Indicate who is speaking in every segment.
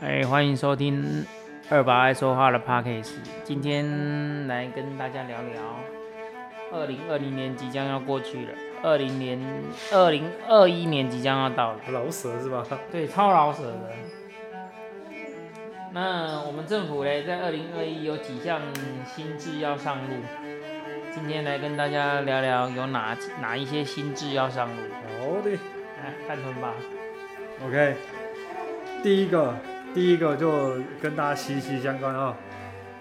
Speaker 1: 哎，欢迎收听二八爱说话的 Podcast。今天来跟大家聊聊，二零二零年即将要过去了，二零年、二零二一年即将要到了，
Speaker 2: 老舍是吧？
Speaker 1: 对，超老舍的。那我们政府嘞，在二零二一有几项新制要上路，今天来跟大家聊聊有哪哪一些新制要上路。
Speaker 2: 好的
Speaker 1: 哎，单纯吧，
Speaker 2: ，OK。第一个，第一个就跟大家息息相关啊、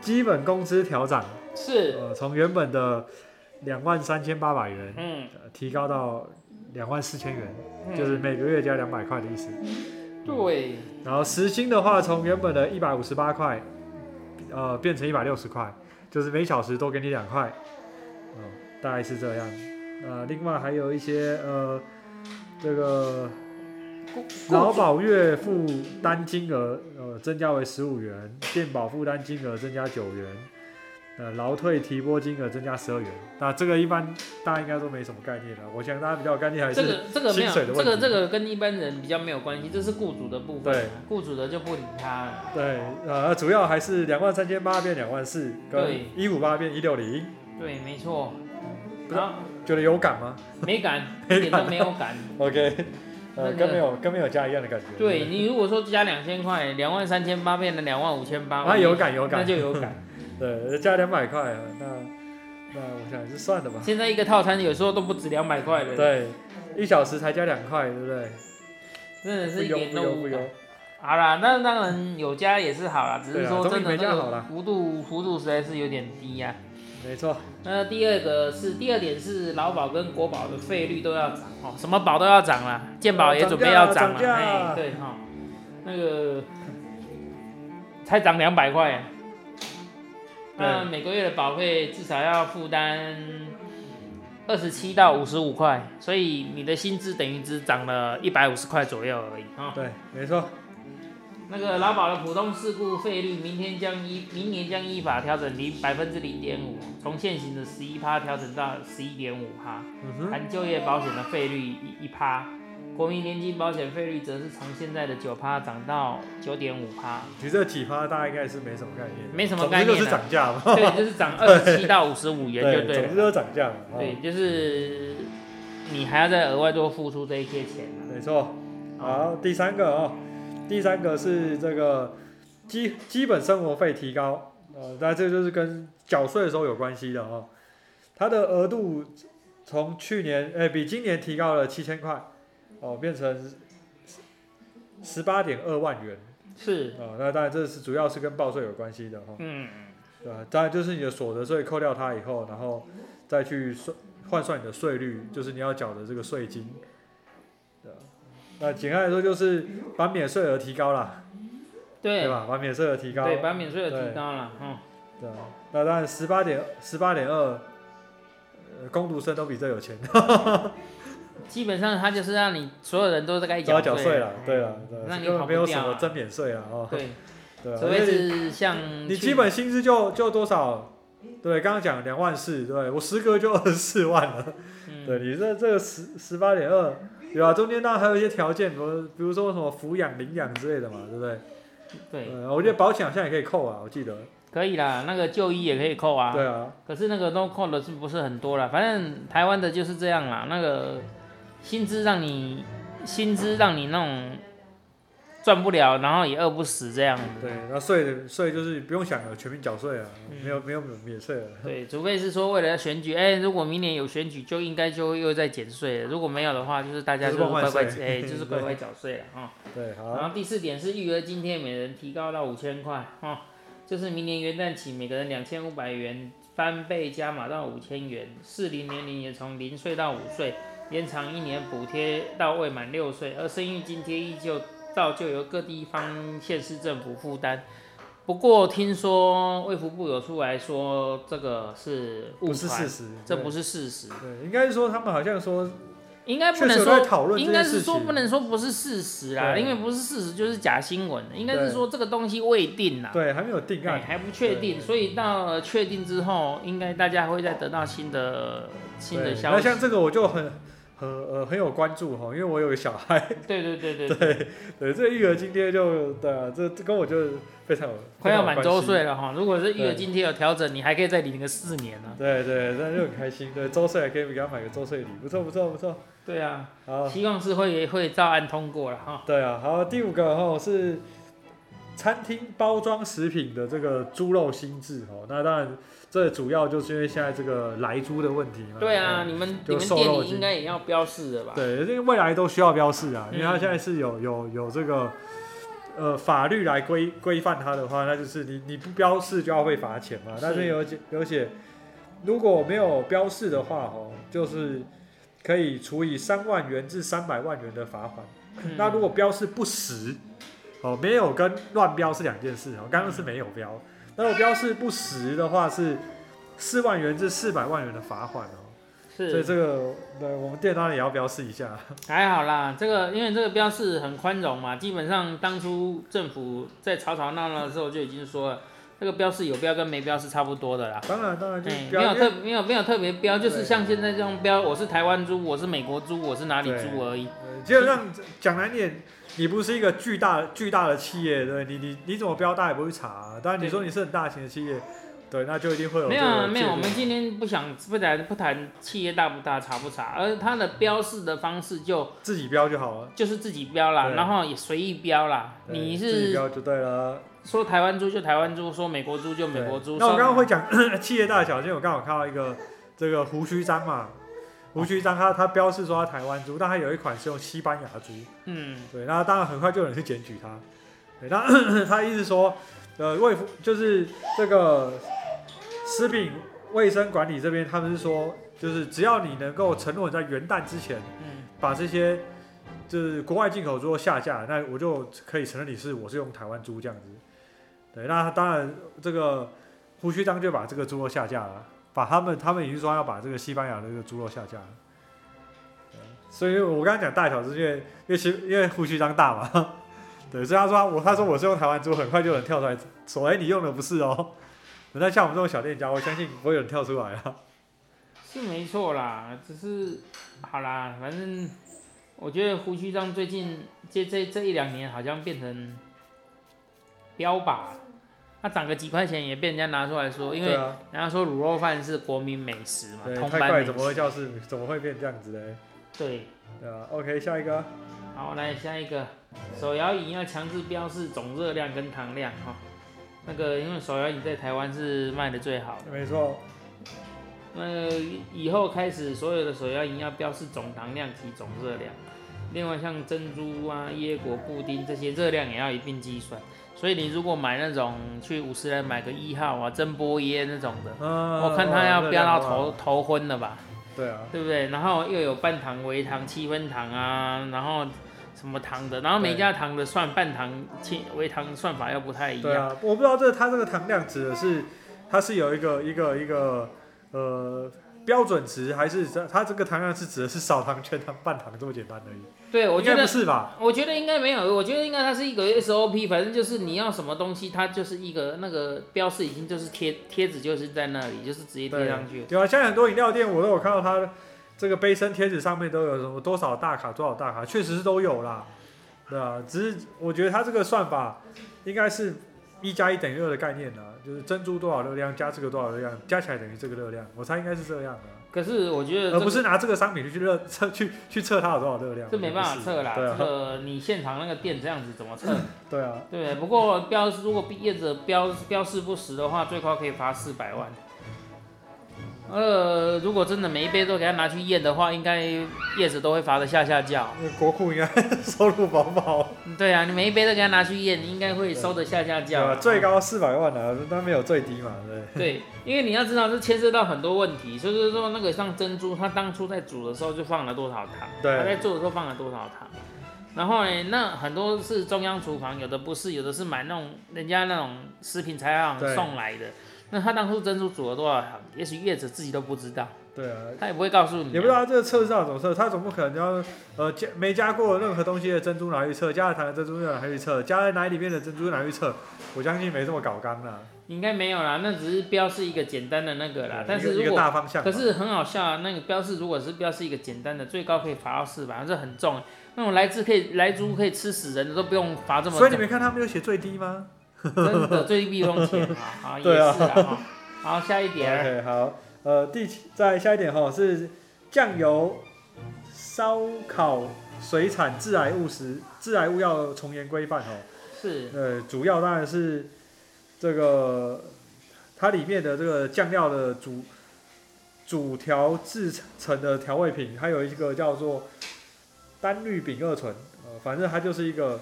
Speaker 2: 基本工资调涨，
Speaker 1: 是，
Speaker 2: 呃，从原本的两万三千八百元、
Speaker 1: 嗯，
Speaker 2: 呃提高到两万四千元，
Speaker 1: 嗯
Speaker 2: 就是每个月加两百块的意思。
Speaker 1: 对，
Speaker 2: 然后时薪的话，从原本的一百五十八块，呃，变成一百六十块，就是每小时多给你两块，嗯、大概是这样。呃，另外还有一些呃，这个
Speaker 1: 雇
Speaker 2: 劳保月负担金额呃增加为十五元，健保负担金额增加九元，呃，劳退提拨金额增加十二元。那这个一般大家应该都没什么概念了，我想大家比较有概念还是、
Speaker 1: 这个这个没有，
Speaker 2: 薪水的
Speaker 1: 这
Speaker 2: 问
Speaker 1: 个
Speaker 2: 题
Speaker 1: 这个跟一般人比较没有关系，这是雇主的部分，
Speaker 2: 对，
Speaker 1: 雇主的就不理他了，
Speaker 2: 对，呃，主要还是两万三千八变两万四，跟
Speaker 1: 对
Speaker 2: 一五八变一六零。
Speaker 1: 对，没错，
Speaker 2: 不是
Speaker 1: 然后
Speaker 2: 觉得有感吗
Speaker 1: 没感，一
Speaker 2: 没感
Speaker 1: 点都没有感，
Speaker 2: ？OK，
Speaker 1: 那
Speaker 2: 呃，
Speaker 1: 个
Speaker 2: 跟没有跟没有家一样的感觉。
Speaker 1: 对你如果说加两千块，两万三千八变成两万五千八，
Speaker 2: 啊，有感有
Speaker 1: 那
Speaker 2: 感，
Speaker 1: 就有 感。
Speaker 2: 对，加两百块啊，那那我想还是算了吧。
Speaker 1: 现在一个套餐有时候都不止两百块了，，
Speaker 2: 对，一小时才加两块，对不对？
Speaker 1: 真的
Speaker 2: 不
Speaker 1: 是一
Speaker 2: 优
Speaker 1: 点
Speaker 2: 不
Speaker 1: 都
Speaker 2: 优不
Speaker 1: 无感
Speaker 2: 优。。
Speaker 1: 好啦，那当然有加也是好啦，只
Speaker 2: 对
Speaker 1: 是
Speaker 2: 啊
Speaker 1: 说
Speaker 2: 总比
Speaker 1: 真的
Speaker 2: 没
Speaker 1: 那
Speaker 2: 加好
Speaker 1: 个
Speaker 2: 啦
Speaker 1: 幅度幅度实在是有点低呀、
Speaker 2: 没错，
Speaker 1: 那第二个是第二点是劳保跟国保的费率都要涨哦，什么保都要涨啦，健保也准备要涨了，
Speaker 2: 涨价
Speaker 1: 哎，对哈、那个才涨两百块，那每个月的保费至少要负担二十七到五十五块，所以你的薪资等于只涨了一百五十块左右而已哈、
Speaker 2: 对，没错，
Speaker 1: 那个劳保的普通事故费率明天将依明年将依法调整零百分之零点五，从现行的十一趴调整到十一点五趴，
Speaker 2: 嗯哼，
Speaker 1: 含就业保险的费率一一趴，国民年金保险费率则是从现在的九趴涨到九点五 趴，
Speaker 2: 你这几趴大家应该是没什么概念，
Speaker 1: 没什么概念啊
Speaker 2: 总之就是涨价嘛。
Speaker 1: 对，就是涨二十七到五十五元就对
Speaker 2: 总
Speaker 1: 了，
Speaker 2: 之就是涨价嘛。哦
Speaker 1: 对，，就是你还要再额外多付出这一些钱啊
Speaker 2: 没错。好，第三个啊、第三个是这个基基本生活费提高，呃，那这就是跟缴税的时候有关系的哦。它的额度从去年，哎、比今年提高了七千块，哦，变成十八点二万元，
Speaker 1: 是，
Speaker 2: 哦，那当然这是主要是跟报税有关系的哈、哦，
Speaker 1: 嗯，
Speaker 2: 对吧？当然就是你的所得税扣掉它以后，然后再去算换算你的税率，就是你要缴的这个税金。对吧那简单来说就是把免税额提高啦，对
Speaker 1: 对，
Speaker 2: 吧？把免税额提高，
Speaker 1: 对，
Speaker 2: 对
Speaker 1: 把免税额
Speaker 2: 对
Speaker 1: 提高了，嗯，
Speaker 2: 吧那当然十八点十八点二，呃工读生都比这有钱，
Speaker 1: 基本上他就是让你所有人都该
Speaker 2: 都要
Speaker 1: 缴
Speaker 2: 缴税了，对
Speaker 1: 了
Speaker 2: 了，，对
Speaker 1: 让你
Speaker 2: 根
Speaker 1: 跑不
Speaker 2: 本没有什
Speaker 1: 掉
Speaker 2: 么
Speaker 1: 啊
Speaker 2: 真免税啊，哦，
Speaker 1: 对，
Speaker 2: 对吧？
Speaker 1: 除
Speaker 2: 因
Speaker 1: 非
Speaker 2: 为你
Speaker 1: 是像
Speaker 2: 你
Speaker 1: 嗯去
Speaker 2: 基本薪资就就多少？对，刚刚讲两万四，对我十个月就二十四万了，
Speaker 1: 嗯
Speaker 2: 对你这这个十十八点二，对吧？中间当然还有一些条件，比如比如说什么抚养、领养之类的嘛，对不对？
Speaker 1: 对
Speaker 2: 呃我觉得保险好像也可以扣啊，我记得。
Speaker 1: 可以啦，那个就医也可以扣啊，
Speaker 2: 对啊，
Speaker 1: 可是那个都扣的是不是很多啦？反正台湾的就是这样啦，那个薪资让你薪资让你那种赚不了，然后也饿不死这样子。
Speaker 2: 对，那税的税就是不用想了，全民缴税啊，
Speaker 1: 嗯
Speaker 2: 没有没有免税了。
Speaker 1: 对，除非是说为了选举，哎、如果明年有选举，就应该就又在减税了；如果没有的话，就是大家
Speaker 2: 就是
Speaker 1: 是
Speaker 2: 换
Speaker 1: 乖乖，哎、
Speaker 2: 税
Speaker 1: 就是乖乖缴税了啊。哦
Speaker 2: 对，好，
Speaker 1: 然后第四点是育儿津贴每人提高到五千块哈、哦，就是明年元旦起每个人两千五百元翻倍加码到五千元，适龄年龄也从零岁到五岁延长一年补贴到未满六岁，而生育津贴依旧照旧由各地方县市政府负担。不过听说卫福部有出来说这个是误
Speaker 2: 不是
Speaker 1: 传
Speaker 2: 事，实，
Speaker 1: 这不
Speaker 2: 是。
Speaker 1: 是事实，
Speaker 2: 对，应该是说他们好像说，
Speaker 1: 应该不
Speaker 2: 确
Speaker 1: 能
Speaker 2: 实有
Speaker 1: 说
Speaker 2: 在讨论
Speaker 1: 应
Speaker 2: 这
Speaker 1: 该
Speaker 2: 件
Speaker 1: 是
Speaker 2: 事
Speaker 1: 说
Speaker 2: 情
Speaker 1: 不。能说不是事实啦，
Speaker 2: 对
Speaker 1: 因为不是事实就是假新闻，应该是
Speaker 2: 对
Speaker 1: 说这个东西未定啦，
Speaker 2: 对，还没有定
Speaker 1: 哎
Speaker 2: 案。
Speaker 1: 还不确定，
Speaker 2: 对
Speaker 1: 所以到确定之后，应该大家会再得到新的新的
Speaker 2: 对，
Speaker 1: 消
Speaker 2: 那
Speaker 1: 息
Speaker 2: 像。这个我就很很呃很有关注哈，因为我有个小孩，
Speaker 1: 对对对对对，
Speaker 2: 对这育儿津贴就对啊，这这跟我就非常有
Speaker 1: 快要满周，
Speaker 2: 非常有关系
Speaker 1: 岁了哈，如果是育儿津贴有调整，你还可以再领个四年啊呢、
Speaker 2: 对对，那就很开心，对周岁还可以给他买个周岁礼，不错不错不错，
Speaker 1: 对啊，
Speaker 2: 好，
Speaker 1: 希望是会会照案通过了哈。
Speaker 2: 对啊，好，第五个哈是餐厅包装食品的这个猪肉心智哦，那当然这主要就是因为现在这个来猪的问题嘛，
Speaker 1: 对啊，你们你
Speaker 2: 嗯就
Speaker 1: 们
Speaker 2: 瘦
Speaker 1: 店
Speaker 2: 肉
Speaker 1: 里
Speaker 2: 精
Speaker 1: 应该也要标示的吧？
Speaker 2: 对，这个未来都需要标示啊，因为它
Speaker 1: 嗯
Speaker 2: 现在是有有有这个呃法律来规规范它的话，那就是你你不标示就要被罚钱嘛。
Speaker 1: 是
Speaker 2: 但是有解有写，如果没有标示的话，哦，就是可以处以三万元至三百万元的罚款。
Speaker 1: 嗯
Speaker 2: 那如果标示不实，哦，没有跟乱标是两件事哦，刚刚
Speaker 1: 嗯
Speaker 2: 是没有标，那如果标示不实的话是四万元至四百万元的罚款哦。所以
Speaker 1: 是
Speaker 2: 这个，对，我们店当然也要标示一下。
Speaker 1: 还好啦，这个因为这个标示很宽容嘛，基本上当初政府在吵吵闹闹的时候就已经说了，这个标示有标跟没标是差不多的啦。
Speaker 2: 当然，当然就是
Speaker 1: 哎，没有
Speaker 2: 不要
Speaker 1: 特没有没有特别标，就是
Speaker 2: 对
Speaker 1: 像现在这样标，我是台湾猪，我是美国猪，我是哪里猪
Speaker 2: 对
Speaker 1: 而已。
Speaker 2: 呃基本上讲难点，你不是一个巨大巨大的企业，对你你你怎么标，大家也不会查、啊。当然，你说你是很大型的企业，对，那就一定会有
Speaker 1: 没
Speaker 2: 这
Speaker 1: 有
Speaker 2: 个
Speaker 1: 啊没有，
Speaker 2: 介
Speaker 1: 我
Speaker 2: 入
Speaker 1: 们今天不想不谈不谈企业大不大查不查，而它的标示的方式就
Speaker 2: 自己标就好了。
Speaker 1: 就是自己标啦，
Speaker 2: 对
Speaker 1: 然后也随意标啦。
Speaker 2: 对
Speaker 1: 你
Speaker 2: 自己
Speaker 1: 是
Speaker 2: 标就对了。
Speaker 1: 说台湾猪就台湾猪，说美国猪就美国
Speaker 2: 对
Speaker 1: 猪。啊
Speaker 2: 那我
Speaker 1: 说
Speaker 2: 刚刚会讲 企业大小，因为我刚好看到一个这个胡须章嘛，胡须章他他标示说他台湾猪，但他有一款是用西班牙猪。
Speaker 1: 嗯
Speaker 2: 对，那当然很快就有人去检举他。对，那 他意思说，呃，卫福就是这个食品卫生管理这边，他们是说，就是只要你能够承诺你在元旦之前
Speaker 1: 嗯，
Speaker 2: 把这些就是国外进口猪肉下架，那我就可以承认你是我是用台湾猪这样子。对，那他当然这个胡须章就把这个猪肉下架了，把他们他们已经说要把这个西班牙的这个猪肉下架了。对所以我刚刚讲大小是因为因为西因为胡须章大嘛，对，所以他说他我他说我是用台湾猪，很快就有人跳出来说，哎、你用的不是哦。那像我们这种小店家，我相信不会有人跳出来啊。
Speaker 1: 是没错啦，只是好啦，反正我觉得胡须章最近这这这一两年好像变成标靶，他涨个几块钱也被人家拿出来说，因为
Speaker 2: 对啊，
Speaker 1: 人家说卤肉饭是国民美食嘛，
Speaker 2: 对，
Speaker 1: 同
Speaker 2: 太
Speaker 1: 班
Speaker 2: 快
Speaker 1: 美
Speaker 2: 怎么会
Speaker 1: 食。
Speaker 2: 教室怎么会变这样子嘞？
Speaker 1: 对，
Speaker 2: 对啊，OK，下一个啊，
Speaker 1: 好，来下一个，手摇饮要强制标示总热量跟糖量哈。那个因为手摇饮在台湾是卖的最好的，
Speaker 2: 没错，
Speaker 1: 那以后开始所有的手摇饮要标示总糖量及总热量，另外像珍珠啊、椰果、布丁这些热量也要一并计算。所以你如果买那种去五十来买个一号啊、珍波椰那种的，
Speaker 2: 嗯，
Speaker 1: 我看他要飙到头
Speaker 2: 哇，
Speaker 1: 头昏了吧？
Speaker 2: 对啊，
Speaker 1: 对不对？然后又有半糖、微糖、七分糖啊，然后什么糖的，然后每家糖的算半糖、七微糖算法又不太一
Speaker 2: 对
Speaker 1: 样。
Speaker 2: 啊，我不知道这它这个糖量指的是，它是有一个一个一个呃标准值，还是这它这个糖量是指的是少糖、全糖、半糖这么简单而已？
Speaker 1: 对我
Speaker 2: 应
Speaker 1: 觉
Speaker 2: 该
Speaker 1: 得
Speaker 2: 不是吧？
Speaker 1: 我觉得应该没有，我觉得应该它是一个 SOP，反正就是你要什么东西，它就是一个那个标示已经就是贴贴纸就是在那里，就是直接贴
Speaker 2: 对
Speaker 1: 上去。
Speaker 2: 有啊，现在很多饮料店我都有看到它这个杯身贴纸上面都有什么多少大卡、多少大卡，确实是都有啦。对啊，只是我觉得它这个算法应该是一加一等于二的概念呢、就是珍珠多少热量加这个多少热量，加起来等于这个热量，我猜应该是这样的、
Speaker 1: 可是我觉得、这
Speaker 2: 而
Speaker 1: 个、
Speaker 2: 不是拿这个商品去热 测去去测它有多少热量，
Speaker 1: 这没办法测啦，
Speaker 2: 对
Speaker 1: 这
Speaker 2: 啊，
Speaker 1: 个你现场那个店这样子怎么 测？
Speaker 2: 对啊，
Speaker 1: 对不对？不过标如果业者标标示不实的话，最高可以罚四百万。呃，如果真的每一杯都给他拿去验的话，应该业者都会罚的下下叫。
Speaker 2: 那国库应该 收入饱饱，
Speaker 1: 对啊，你每一杯都给他拿去验，应该会收的下下
Speaker 2: 对
Speaker 1: 叫
Speaker 2: 吧、
Speaker 1: 啊。
Speaker 2: 最高四百万啊，但没有最低嘛，对。
Speaker 1: 对，因为你要知道，这牵涉到很多问题，所以就是说那个像珍珠，它当初在煮的时候就放了多少糖，
Speaker 2: 对
Speaker 1: 它在做的时候放了多少糖，然后呢，那很多是中央厨房，有的不是，有的是买那种人家那种食品材料行
Speaker 2: 对
Speaker 1: 送来的，那他当初珍珠煮了多少糖，也许业者自己都不知道，
Speaker 2: 对啊，
Speaker 1: 他也不会告诉你、啊。
Speaker 2: 也不知道这个测试到怎么测，他总不可能要呃加没加过任何东西的珍珠拿去测，加了糖的珍珠拿去测，加了奶里面的珍珠拿去测，我相信没这么搞纲啦。
Speaker 1: 应该没有啦，那只是标示一个简单的那个啦。但
Speaker 2: 一
Speaker 1: 是
Speaker 2: 个一
Speaker 1: 如
Speaker 2: 个
Speaker 1: 果
Speaker 2: 大方向
Speaker 1: 可
Speaker 2: 嘛，
Speaker 1: 是很好笑啊，那个标示如果是标示一个简单的，最高可以罚到四百，这很重欸。那种来自可以来猪可以吃死人的都不用罚这么
Speaker 2: 所以你
Speaker 1: 重，
Speaker 2: 没看他们有写最低吗
Speaker 1: 真的最必用钱啊！ 好，也是
Speaker 2: 对啊
Speaker 1: 啊。哈好，下一 点儿，
Speaker 2: ？OK，好，呃，第七再下一点哈是酱油烧烤水产致癌物时，致癌物要从严规范哦。
Speaker 1: 是
Speaker 2: 呃，主要当然是这个它里面的这个酱料的主主调制成的调味品，还有一个叫做单氯丙二醇，呃，反正它就是一个，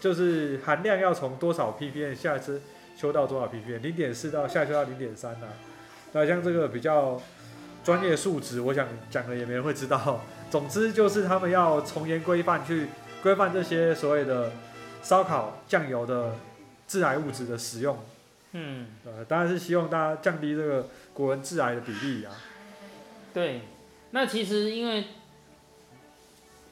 Speaker 2: 就是含量要从多少 ppm 下次修到多少 ppm，零点四到下修到零点三呐。啊那像这个比较专业数值，我想讲的也没人会知道。总之就是他们要从严规范去规范这些所谓的烧烤酱油的致癌物质的使用，
Speaker 1: 嗯，
Speaker 2: 呃，当然是希望大家降低这个国人致癌的比例啊。
Speaker 1: 对。那其实因为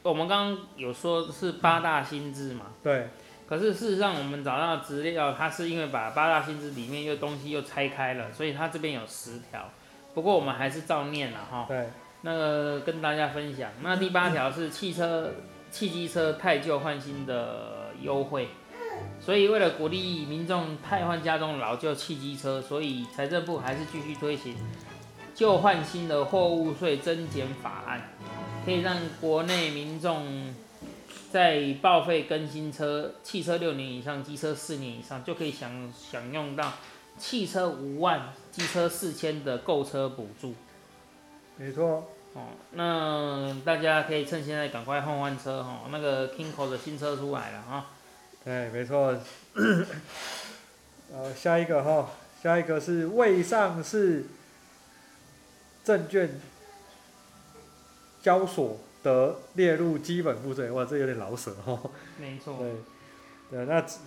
Speaker 1: 我们刚刚有说是八大心智嘛，
Speaker 2: 对，
Speaker 1: 可是事实上我们找到的资料，它是因为把八大心智里面又东西又拆开了，所以它这边有十条。不过我们还是照念了哈。
Speaker 2: 对，
Speaker 1: 那个跟大家分享。那第八条是汽车、汽机车汰旧换新的优惠，所以为了鼓励民众汰换家中老旧汽机车，所以财政部还是继续推行旧换新的货物税增减法案，可以让国内民众。在报废更新车、汽车六年以上、机车四年以上，就可以享享用到汽车五万、机车四千的购车补助。
Speaker 2: 没错，
Speaker 1: 哦，那大家可以趁现在赶快换换车哈、哦，那个 Kingo 的新车出来了哦哈、
Speaker 2: 对，没错。 呃，下一个哈，下一个是未上市证券交所得列入基本负税，哇，这有点老舍哈。
Speaker 1: 没错，
Speaker 2: 对，对，那只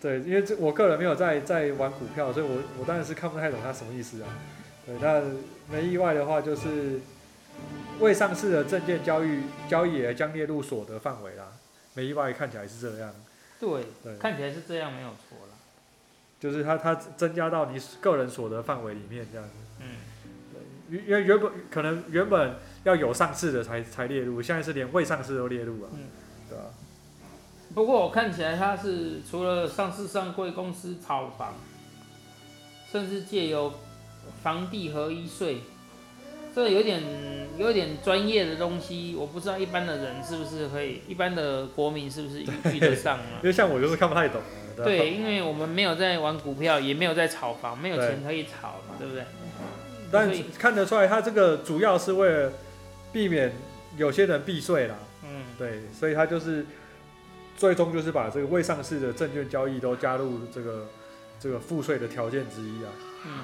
Speaker 2: 对，因为这我个人没有在在玩股票，所以我我当然是看不太懂它什么意思啊。对，那没意外的话，就是未上市的证券交易交易也将列入所得范围啦。没意外，看起来是这样。
Speaker 1: 对，
Speaker 2: 对，
Speaker 1: 看起来是这样没有错了。
Speaker 2: 就是它它增加到你个人所得范围里面这样。
Speaker 1: 嗯，
Speaker 2: 因因为原本可能原本要有上市的才才列入，现在是连未上市都列入啊。
Speaker 1: 嗯
Speaker 2: 对啊，
Speaker 1: 不过我看起来它是除了上市上柜公司炒房，甚至借由房地合一税，这有点有点专业的东西，我不知道一般的人是不是可以，一般的国民是不是遇得上啊
Speaker 2: 因？为像我就是看不太懂啊。啊
Speaker 1: 对，因为我们没有在玩股票，也没有在炒房，没有钱可以炒嘛，对不对？
Speaker 2: 但
Speaker 1: 所以
Speaker 2: 看得出来，他这个主要是为了避免有些人避税啦，
Speaker 1: 嗯。
Speaker 2: 对，所以他就是最终就是把这个未上市的证券交易都加入这个这个赋税的条件之一啊。
Speaker 1: 嗯，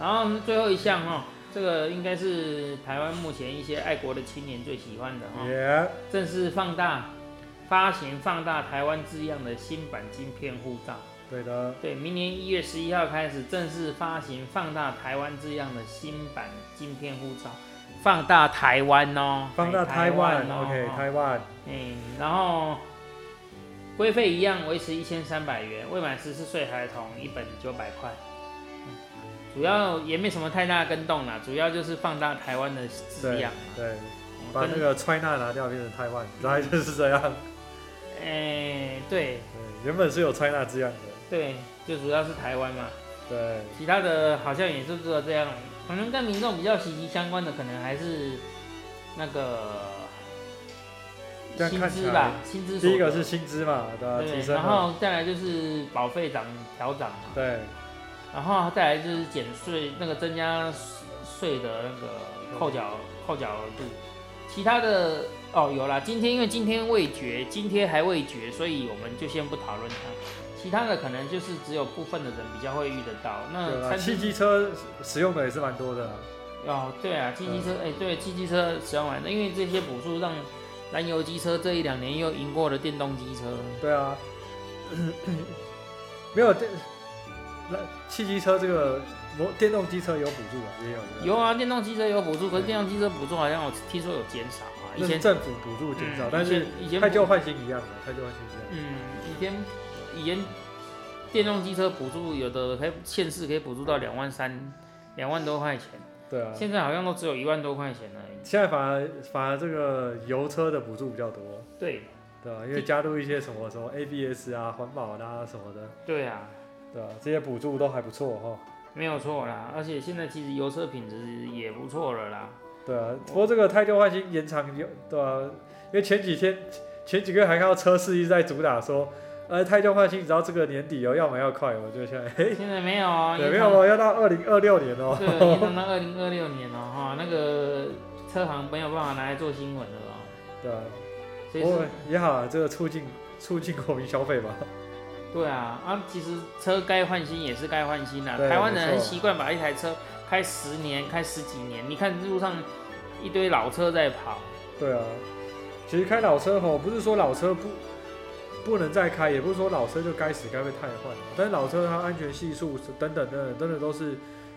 Speaker 1: 然后最后一项哈、这个应该是台湾目前一些爱国的青年最喜欢的哈、
Speaker 2: 也
Speaker 1: 正是放大发行放大台湾字样的新版晶片护照。
Speaker 2: 对的，
Speaker 1: 对，明年一月十一号开始正式发行放大台湾字样的新版晶片护照，放大台湾哦，
Speaker 2: 放大
Speaker 1: 哎
Speaker 2: 台湾
Speaker 1: 哦
Speaker 2: ，OK，
Speaker 1: 哦
Speaker 2: 台湾，
Speaker 1: 嗯，然后规费一样维持一千三百元，未满十四岁孩童一本九百块。嗯主要也没什么太大跟动啦，主要就是放大台湾的字
Speaker 2: 对
Speaker 1: 样。
Speaker 2: 对，
Speaker 1: 嗯
Speaker 2: 把那
Speaker 1: 跟嗯
Speaker 2: 个 China 拿掉变成台湾，大概就是这样。
Speaker 1: 哎、对
Speaker 2: 对，原本是有 China 这样的，
Speaker 1: 对，就主要是台湾嘛，
Speaker 2: 对，
Speaker 1: 其他的好像也是只有这样。可能跟民众比较息息相关的，可能还是那个
Speaker 2: 这样
Speaker 1: 薪
Speaker 2: 看起
Speaker 1: 资
Speaker 2: 来
Speaker 1: 吧，薪资所
Speaker 2: 第一个
Speaker 1: 得
Speaker 2: 是薪资嘛，对吧？提
Speaker 1: 对，
Speaker 2: 升
Speaker 1: 然
Speaker 2: 嘛，
Speaker 1: 后再来就是保费涨调涨嘛。
Speaker 2: 对，
Speaker 1: 然后再来就是减税，那个增加税的那个扣缴扣缴额度，其他的哦有啦，今天因为今天未决，今天还未决，所以我们就先不讨论它。其他的可能就是只有部分的人比较会遇得到。
Speaker 2: 对
Speaker 1: 那
Speaker 2: 啊，
Speaker 1: 嗯餐
Speaker 2: 汽
Speaker 1: 厅
Speaker 2: 机车使用的也是蛮多的啊。
Speaker 1: 哦，对啊，汽机车，哎、对，汽机车使用完的，因为这些补助让燃油机车这一两年又赢过了电动机车。
Speaker 2: 对啊， 没有电，那汽机车这个摩电动机车有补助啊，也有
Speaker 1: 有，啊，电动汽车有补助，可是电动汽车补助好像我听说有减少啊，以
Speaker 2: 那是
Speaker 1: 前
Speaker 2: 政府补助减少，
Speaker 1: 嗯
Speaker 2: 但是
Speaker 1: 以前以前
Speaker 2: 太旧换新一样的，太旧换新一样。
Speaker 1: 嗯，以前以前电动机车补助有的可以县市可以补助到两万三，两万多块钱，
Speaker 2: 对啊，
Speaker 1: 现在好像都只有一万多块钱而已。
Speaker 2: 现在反而反而这个油车的补助比较多，
Speaker 1: 对
Speaker 2: 对啊，因为加入一些什么什么 ABS 啊、环保啦、什么的，
Speaker 1: 对啊，
Speaker 2: 对啊，这些补助都还不错哈、
Speaker 1: 没有错啦，而且现在其实油车品质也不错了啦。
Speaker 2: 对啊，不过这个太旧换新延长有对啊，因为前几天前几个月还看到车市一直在主打说，呃，太旧换新只要这个年底哦，要买要快哦，我觉得 现在嘿，
Speaker 1: 现在没有啊，
Speaker 2: 对，
Speaker 1: 延
Speaker 2: 没
Speaker 1: 长
Speaker 2: 有哦，要到二零二六年哦。
Speaker 1: 对，延长到二零二六年哦，哈，那个车行没有办法拿来做新闻了哦，
Speaker 2: 对啊，
Speaker 1: 所
Speaker 2: 不
Speaker 1: 以是
Speaker 2: 过也好啊，这个促进促进国民消费嘛。
Speaker 1: 对啊，啊，其实车该换新也是该换新啦。
Speaker 2: 对
Speaker 1: 台湾人
Speaker 2: 没
Speaker 1: 很
Speaker 2: 错
Speaker 1: 习惯把一台车开十年、开十几年，你看路上一堆老车在跑，
Speaker 2: 对啊，其实开老车吼，不是说老车不不能再开，也不是说老车就该死该被汰换，但是老车它安全系数等等等等，真的都是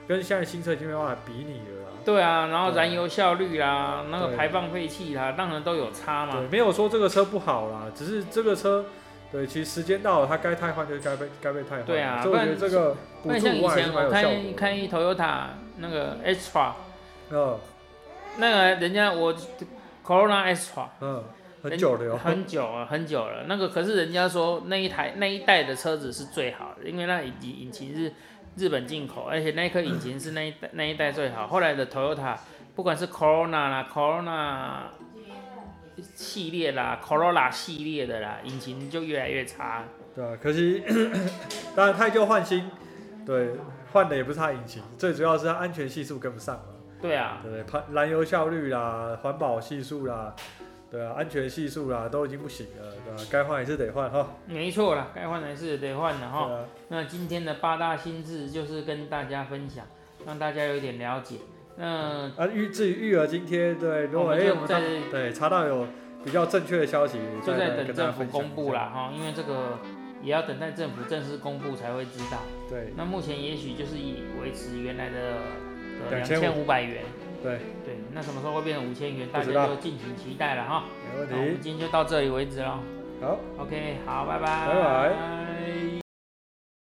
Speaker 2: 跟现在新车已经没办法比拟了啦。
Speaker 1: 对啊，然后
Speaker 2: 对
Speaker 1: 燃油效率啦，那个
Speaker 2: 对
Speaker 1: 排放废气啦，当然都有差嘛
Speaker 2: 对，。没有说这个车不好啦，只是这个车，对，其实时间到了，它该汰换就该被该被汰换。
Speaker 1: 对啊
Speaker 2: 所以我觉得这个补
Speaker 1: 那像
Speaker 2: 助
Speaker 1: 以
Speaker 2: 外还是
Speaker 1: 前
Speaker 2: 蛮
Speaker 1: 我
Speaker 2: 有效
Speaker 1: 开
Speaker 2: 果的。
Speaker 1: 开 Toyota 那个 Extra，
Speaker 2: 嗯
Speaker 1: 那个人家我 Corona Extra
Speaker 2: 嗯，很久了哟。
Speaker 1: 很久了，很久了。那个可是人家说那一台那一代的车子是最好的，因为那引擎引擎是日本进口，而且那一颗引擎是那一代那一代最好。后来的 Toyota，不管是 Corona 啦，Corona 系列啦，Corolla 系列的啦，引擎就越来越差。
Speaker 2: 对啊，可惜，当然太旧换新，对，换的也不是它引擎，最主要是它安全系数跟不上嘛，
Speaker 1: 对啊，
Speaker 2: 对不对？排燃油效率啦，环保系数啦，对啊，安全系数啦，都已经不行了，对吧、啊该换也是得换哈。
Speaker 1: 没错啦，该换还是得换了
Speaker 2: 对
Speaker 1: 哈。
Speaker 2: 啊，
Speaker 1: 那今天的八大心智就是跟大家分享，让大家有一点了解。那
Speaker 2: 啊，育至于育儿津贴，对，如
Speaker 1: 哦我
Speaker 2: 果哎、
Speaker 1: 们就
Speaker 2: 我们
Speaker 1: 在
Speaker 2: 到对查到有比较正确的消息，
Speaker 1: 就
Speaker 2: 再
Speaker 1: 在
Speaker 2: 来
Speaker 1: 等
Speaker 2: 跟
Speaker 1: 政
Speaker 2: 大家
Speaker 1: 府
Speaker 2: 分享
Speaker 1: 公布
Speaker 2: 一下
Speaker 1: 啦，哈，因为这个也要等待政府正式公布才会知道。
Speaker 2: 对
Speaker 1: 那目前也许就是以维持原来的两
Speaker 2: 2500
Speaker 1: 千五百元，
Speaker 2: 对，
Speaker 1: 对，那什么时候会变成五千元，
Speaker 2: 不
Speaker 1: 大
Speaker 2: 知
Speaker 1: 家
Speaker 2: 道哎
Speaker 1: 就敬请期待了哈。
Speaker 2: 没问
Speaker 1: 那我们
Speaker 2: 题。
Speaker 1: 今天就到这里为止喽。
Speaker 2: 好，
Speaker 1: OK，好，拜拜，
Speaker 2: 拜
Speaker 1: 拜。